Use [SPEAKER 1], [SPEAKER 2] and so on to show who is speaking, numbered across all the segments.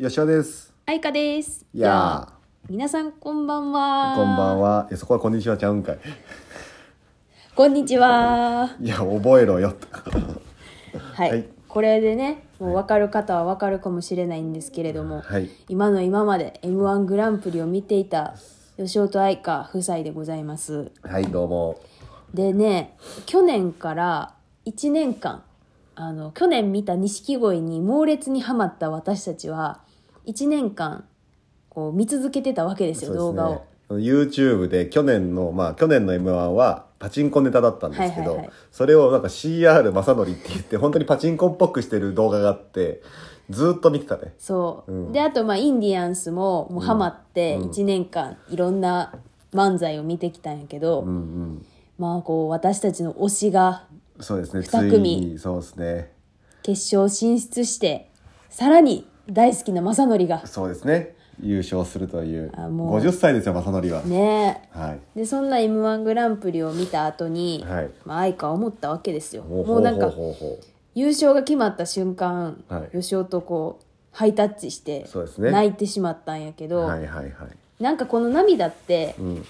[SPEAKER 1] 吉尾です。
[SPEAKER 2] あいかです。
[SPEAKER 1] いや
[SPEAKER 2] 皆さんこんばんは。
[SPEAKER 1] ー、こんばん。は。いやそこはこんにちはちゃうんかい。
[SPEAKER 2] こんにちは。
[SPEAKER 1] いや、覚えろよ。
[SPEAKER 2] はい。
[SPEAKER 1] はい
[SPEAKER 2] これでね、もう分かる方は分かるかもしれないんですけれども、
[SPEAKER 1] はい
[SPEAKER 2] 今の今まで M1 グランプリを見ていた吉本愛香夫妻でございます。
[SPEAKER 1] はい、どうも。
[SPEAKER 2] でね、去年から1年間、あの、去年見た錦鯉に猛烈にハマった私たちは、1年間、こう見続けてたわけですよ、動画を。
[SPEAKER 1] そうですね。YouTube で去年の、まあ、去年の M1 はパチンコネタだったんですけど、
[SPEAKER 2] はいはいはい
[SPEAKER 1] それをなんか CR 正則って言って、本当にパチンコっぽくしてる動画があって、ずーっと見てたね。
[SPEAKER 2] そう、
[SPEAKER 1] うん
[SPEAKER 2] であとまあインディアンスももうハマって1年間いろんな漫才を見てきたんやけど、
[SPEAKER 1] うんうん。
[SPEAKER 2] まあこう私たちの推しが
[SPEAKER 1] そうですね。つ
[SPEAKER 2] 二組
[SPEAKER 1] いに、そうですね。
[SPEAKER 2] 決勝進出してさらに大好きな正則が
[SPEAKER 1] そうですね。優勝するという。
[SPEAKER 2] あもう
[SPEAKER 1] 50歳ですよ、正則は。
[SPEAKER 2] ね
[SPEAKER 1] はい。
[SPEAKER 2] えでそんな m 1グランプリを見た後に、
[SPEAKER 1] はい
[SPEAKER 2] まあ愛花は思ったわけですよ
[SPEAKER 1] ほ
[SPEAKER 2] もうなんか
[SPEAKER 1] ほうほうほ
[SPEAKER 2] 優勝が決まった瞬間、
[SPEAKER 1] はい
[SPEAKER 2] よし吉尾とこうハイタッチして
[SPEAKER 1] そうですね
[SPEAKER 2] 泣いてしまったんやけ
[SPEAKER 1] う
[SPEAKER 2] ど、
[SPEAKER 1] はいはいはい。
[SPEAKER 2] なんかこの涙って、
[SPEAKER 1] うん。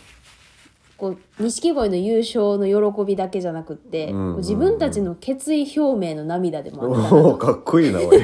[SPEAKER 2] こう錦鯉の優勝の喜びだけじゃなくって、
[SPEAKER 1] うんうんうん
[SPEAKER 2] こう自分たちの決意表明の涙でもあったな
[SPEAKER 1] おお かっこいいなおい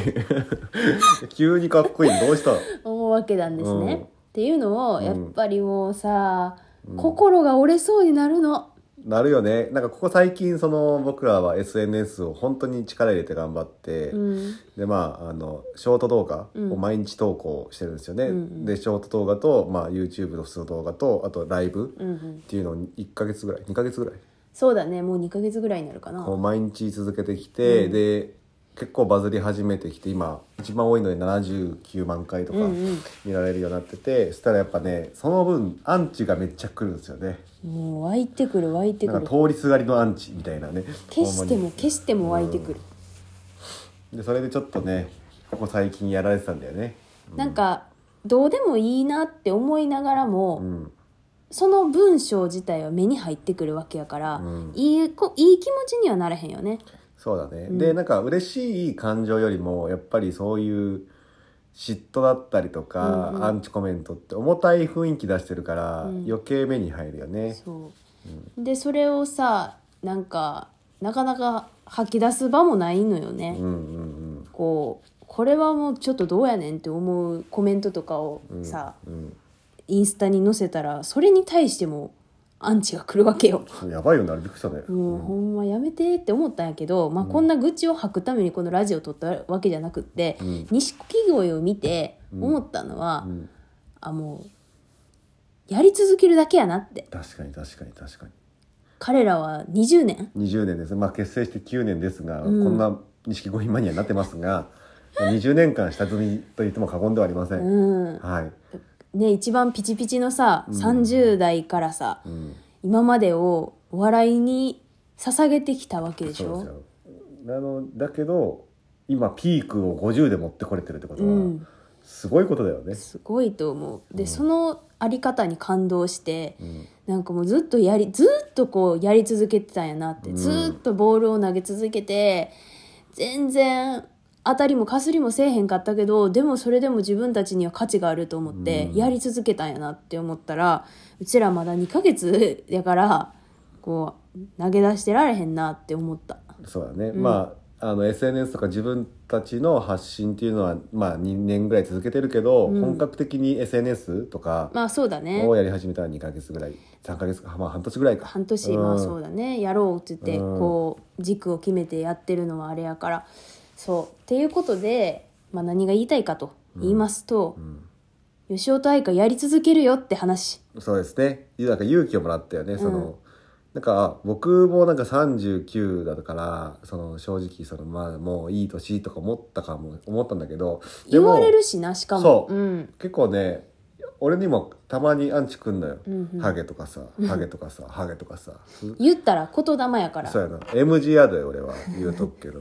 [SPEAKER 1] 急にかっこいいどうした
[SPEAKER 2] と思うわけなんですね。
[SPEAKER 1] うん
[SPEAKER 2] っていうのを
[SPEAKER 1] ん
[SPEAKER 2] やっぱりもうさ、心が折れそうになるの。
[SPEAKER 1] なるよねなんかここ最近その僕らは SNS を本当に力入れて頑張って、
[SPEAKER 2] うん
[SPEAKER 1] でまああのショート動画を毎日投稿してるんですよね、
[SPEAKER 2] うんうん
[SPEAKER 1] でショート動画と、まあ、YouTube の普通の動画とあとライブ
[SPEAKER 2] うんうん
[SPEAKER 1] っていうのを1ヶ月ぐらい2ヶ月ぐらい
[SPEAKER 2] そうだねもう2ヶ月ぐらいになるか
[SPEAKER 1] こう
[SPEAKER 2] な。
[SPEAKER 1] 毎日続けてきて、で結構バズり始めてきて今一番多いので79万回とか
[SPEAKER 2] うんうん
[SPEAKER 1] 見られるようになってて、そしたらやっぱねその分アンチがめっちゃ来るんですよね
[SPEAKER 2] もう湧いてくる湧いてく
[SPEAKER 1] なん
[SPEAKER 2] る
[SPEAKER 1] か。通りすがりのアンチみたいなね
[SPEAKER 2] 消しても消しても湧いてくる。
[SPEAKER 1] でそれでちょっとねここ最近やられてたんだよね
[SPEAKER 2] なんかどうでもいいなって思いながらも、
[SPEAKER 1] うん
[SPEAKER 2] その文章自体は目に入ってくるわけやから、
[SPEAKER 1] うん
[SPEAKER 2] いいこいい気持ちにはならへんよね。
[SPEAKER 1] そうだね、でなんか嬉しい感情よりもやっぱりそういう嫉妬だったりとか、アンチコメントって重たい雰囲気出してるから、余計目に入るよね
[SPEAKER 2] そうでそれをさなんかなかなか吐き出す場もないのよね、
[SPEAKER 1] うんうんうん
[SPEAKER 2] こうこれはもうちょっとどうやねんって思うコメントとかをさ、
[SPEAKER 1] うん
[SPEAKER 2] インスタに載せたらそれに対してもアンチが来るわけよ。
[SPEAKER 1] やばいよね、あれびっくりしたね。
[SPEAKER 2] もうほんまやめてって思ったんやけど、まあ、こんな愚痴を吐くためにこのラジオを撮ったわけじゃなくって
[SPEAKER 1] ん
[SPEAKER 2] 錦鯉、を見て思ったのは、
[SPEAKER 1] ん
[SPEAKER 2] あもうやり続けるだけやなって
[SPEAKER 1] 確かに確かに確か
[SPEAKER 2] 彼らは20年
[SPEAKER 1] に。20年です。まあ結成して9年ですが、
[SPEAKER 2] うん
[SPEAKER 1] こんな錦鯉マニアになってます が、20年間下積みと言っても過言ではありません。
[SPEAKER 2] うん、
[SPEAKER 1] はい。
[SPEAKER 2] ね、一番ピチピチのさ、30代からさ、
[SPEAKER 1] うん。
[SPEAKER 2] 今までをお笑いに捧げてきたわけでし
[SPEAKER 1] そうです
[SPEAKER 2] ょ
[SPEAKER 1] よ。なのだけど、今ピークを50で持ってこれてるってことは、
[SPEAKER 2] うん
[SPEAKER 1] すごいことだよね。
[SPEAKER 2] すごいと思うで、そのあり方に感動して、
[SPEAKER 1] ん
[SPEAKER 2] なんかもうずっとやりずっとこうやり続けてたんやなって、ずっとボールを投げ続けて全然当たりもかすりもせえへんかったけどでもそれでも自分たちには価値があると思ってやり続けたんやなって思ったら、うちらまだ2ヶ月やからこう投げ出してられへんなって思った。
[SPEAKER 1] そうだね。まあ、あの SNS とか自分たちの発信っていうのは、まあ2年ぐらい続けてるけど、本格的に SNS とか、
[SPEAKER 2] まあそうだね
[SPEAKER 1] をやり始めたら2ヶ月ぐらい3ヶ月かまあ半年ぐらいか
[SPEAKER 2] 半年まあそう
[SPEAKER 1] う
[SPEAKER 2] だねやろうって言って
[SPEAKER 1] うん
[SPEAKER 2] こう軸を決めてやってるのはあれやからそうっていうことで、まあ、何が言いたいかと言いますと、吉尾と愛香やり続けるよって話
[SPEAKER 1] んそうですねなんか勇気をもらったよねその、なんか僕もなんか39だからその正直そのまあもういい年とか思ったかも思ったんだけどで
[SPEAKER 2] 言
[SPEAKER 1] も
[SPEAKER 2] われるしなしかも
[SPEAKER 1] そう
[SPEAKER 2] うん、
[SPEAKER 1] 結構ね俺にもたまにアンチくんのよ、
[SPEAKER 2] んうん
[SPEAKER 1] ハゲとかさハゲとかさハゲとか さ
[SPEAKER 2] 言ったら言霊やから
[SPEAKER 1] そうやな MGR だよ俺は言うとくけど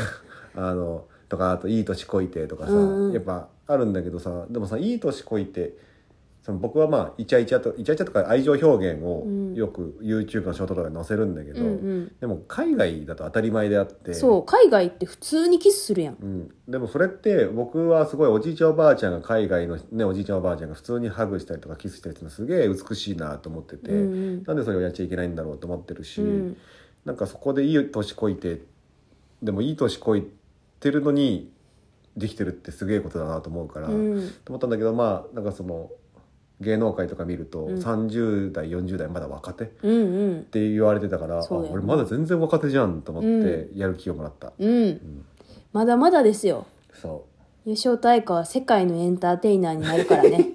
[SPEAKER 1] あのとかあと「いい年こいて」とかさ、
[SPEAKER 2] うんうん
[SPEAKER 1] やっぱあるんだけどさでもさ「いい年こいて」その僕はまあイチャイチャとイチャイチャとか愛情表現をよく YouTube のショート動画に載せるんだけど、
[SPEAKER 2] うんうん
[SPEAKER 1] でも海外だと当たり前であって
[SPEAKER 2] そう海外って普通にキスするやん
[SPEAKER 1] うん、でもそれって僕はすごいおじいちゃんおばあちゃんが海外の、ね、おじいちゃんおばあちゃんが普通にハグしたりとかキスしたりっていうのすげえ美しいなと思ってて、
[SPEAKER 2] うんうん
[SPEAKER 1] なんでそれをやっちゃいけないんだろうと思ってるし、
[SPEAKER 2] うん
[SPEAKER 1] なんかそこでいい年こいてでもいい年こいてるのにできてるってすげえことだなと思うから、
[SPEAKER 2] うん
[SPEAKER 1] と思ったんだけどまあなんかその芸能界とか見ると、
[SPEAKER 2] うん
[SPEAKER 1] 30代40代まだ若手っ
[SPEAKER 2] うんうん
[SPEAKER 1] て言われてたから、あ
[SPEAKER 2] そうだよね
[SPEAKER 1] 俺まだ全然若手じゃんと思って
[SPEAKER 2] う
[SPEAKER 1] やる気をもらった。
[SPEAKER 2] うんまだまだですよ
[SPEAKER 1] そう
[SPEAKER 2] 優勝大会は世界のエンターテイナーになるからね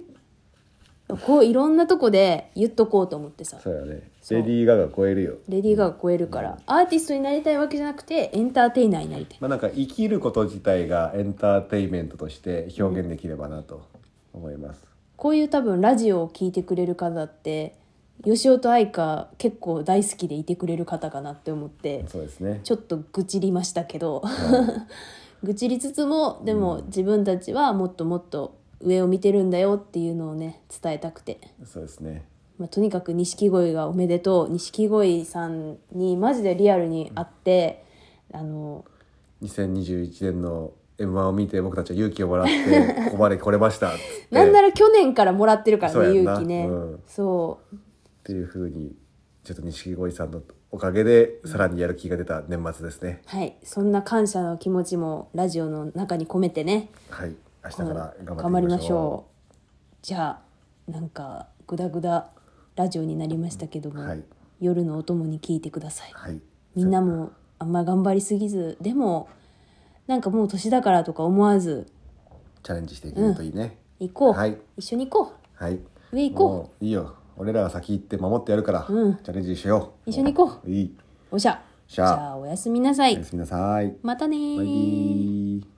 [SPEAKER 2] こういろんなとこで言っとこうと思ってさ
[SPEAKER 1] そうやね。
[SPEAKER 2] そう
[SPEAKER 1] レディー・ガガ超えるよ。
[SPEAKER 2] レディー・ガー超えるからアーティストになりたいわけじゃなくてエンターテイナーになりたい
[SPEAKER 1] まあなんか生きること自体がエンターテインメントとして表現できればなと思います。
[SPEAKER 2] こういう多分ラジオを聞いてくれる方って吉尾と愛花結構大好きでいてくれる方かなって思って
[SPEAKER 1] そうですね。
[SPEAKER 2] ちょっと愚痴りましたけど
[SPEAKER 1] は
[SPEAKER 2] 愚痴りつつもでも自分たちはもっともっと上を見てるんだよっていうのをね伝えたくて。
[SPEAKER 1] いそうですね。
[SPEAKER 2] まあ、とにかく錦鯉がおめでとう錦鯉さんにマジでリアルに会って、あの
[SPEAKER 1] 2021年の M1 を見て僕たちは勇気をもら ってここまで来れましたっつって。
[SPEAKER 2] なんな
[SPEAKER 1] っ
[SPEAKER 2] ら去年からもらってるから
[SPEAKER 1] そう
[SPEAKER 2] ね
[SPEAKER 1] やんな
[SPEAKER 2] 勇気ね、
[SPEAKER 1] うん
[SPEAKER 2] そう
[SPEAKER 1] ていうふうにちょっと錦鯉さんのおかげでさらにやる気が出た年末ですね。
[SPEAKER 2] はいそんな感謝の気持ちもラジオの中に込めてね
[SPEAKER 1] はい。明日から頑
[SPEAKER 2] 頑張
[SPEAKER 1] 張って
[SPEAKER 2] り
[SPEAKER 1] いき
[SPEAKER 2] ま
[SPEAKER 1] ま
[SPEAKER 2] し
[SPEAKER 1] しょ
[SPEAKER 2] ょうじゃあなんかグダグダラジオになりましたけども、
[SPEAKER 1] はい
[SPEAKER 2] 夜のお供に聞いてください、
[SPEAKER 1] う。はい。
[SPEAKER 2] みんなもあんま頑張りすぎずでもなんかもう年だからとか思わず
[SPEAKER 1] チャレンジしていけるといいね。
[SPEAKER 2] 行こう、
[SPEAKER 1] はい
[SPEAKER 2] 一緒に行こう
[SPEAKER 1] はい。
[SPEAKER 2] 上行こ
[SPEAKER 1] う。いいよ。俺らは先行って守ってやるから、
[SPEAKER 2] うん
[SPEAKER 1] チャレンジしよう。
[SPEAKER 2] 一緒に行こ
[SPEAKER 1] う。いい。
[SPEAKER 2] うおしゃ
[SPEAKER 1] しゃあ
[SPEAKER 2] じゃあおやすみなさい
[SPEAKER 1] おやすみなさい。
[SPEAKER 2] またねー
[SPEAKER 1] バイビー。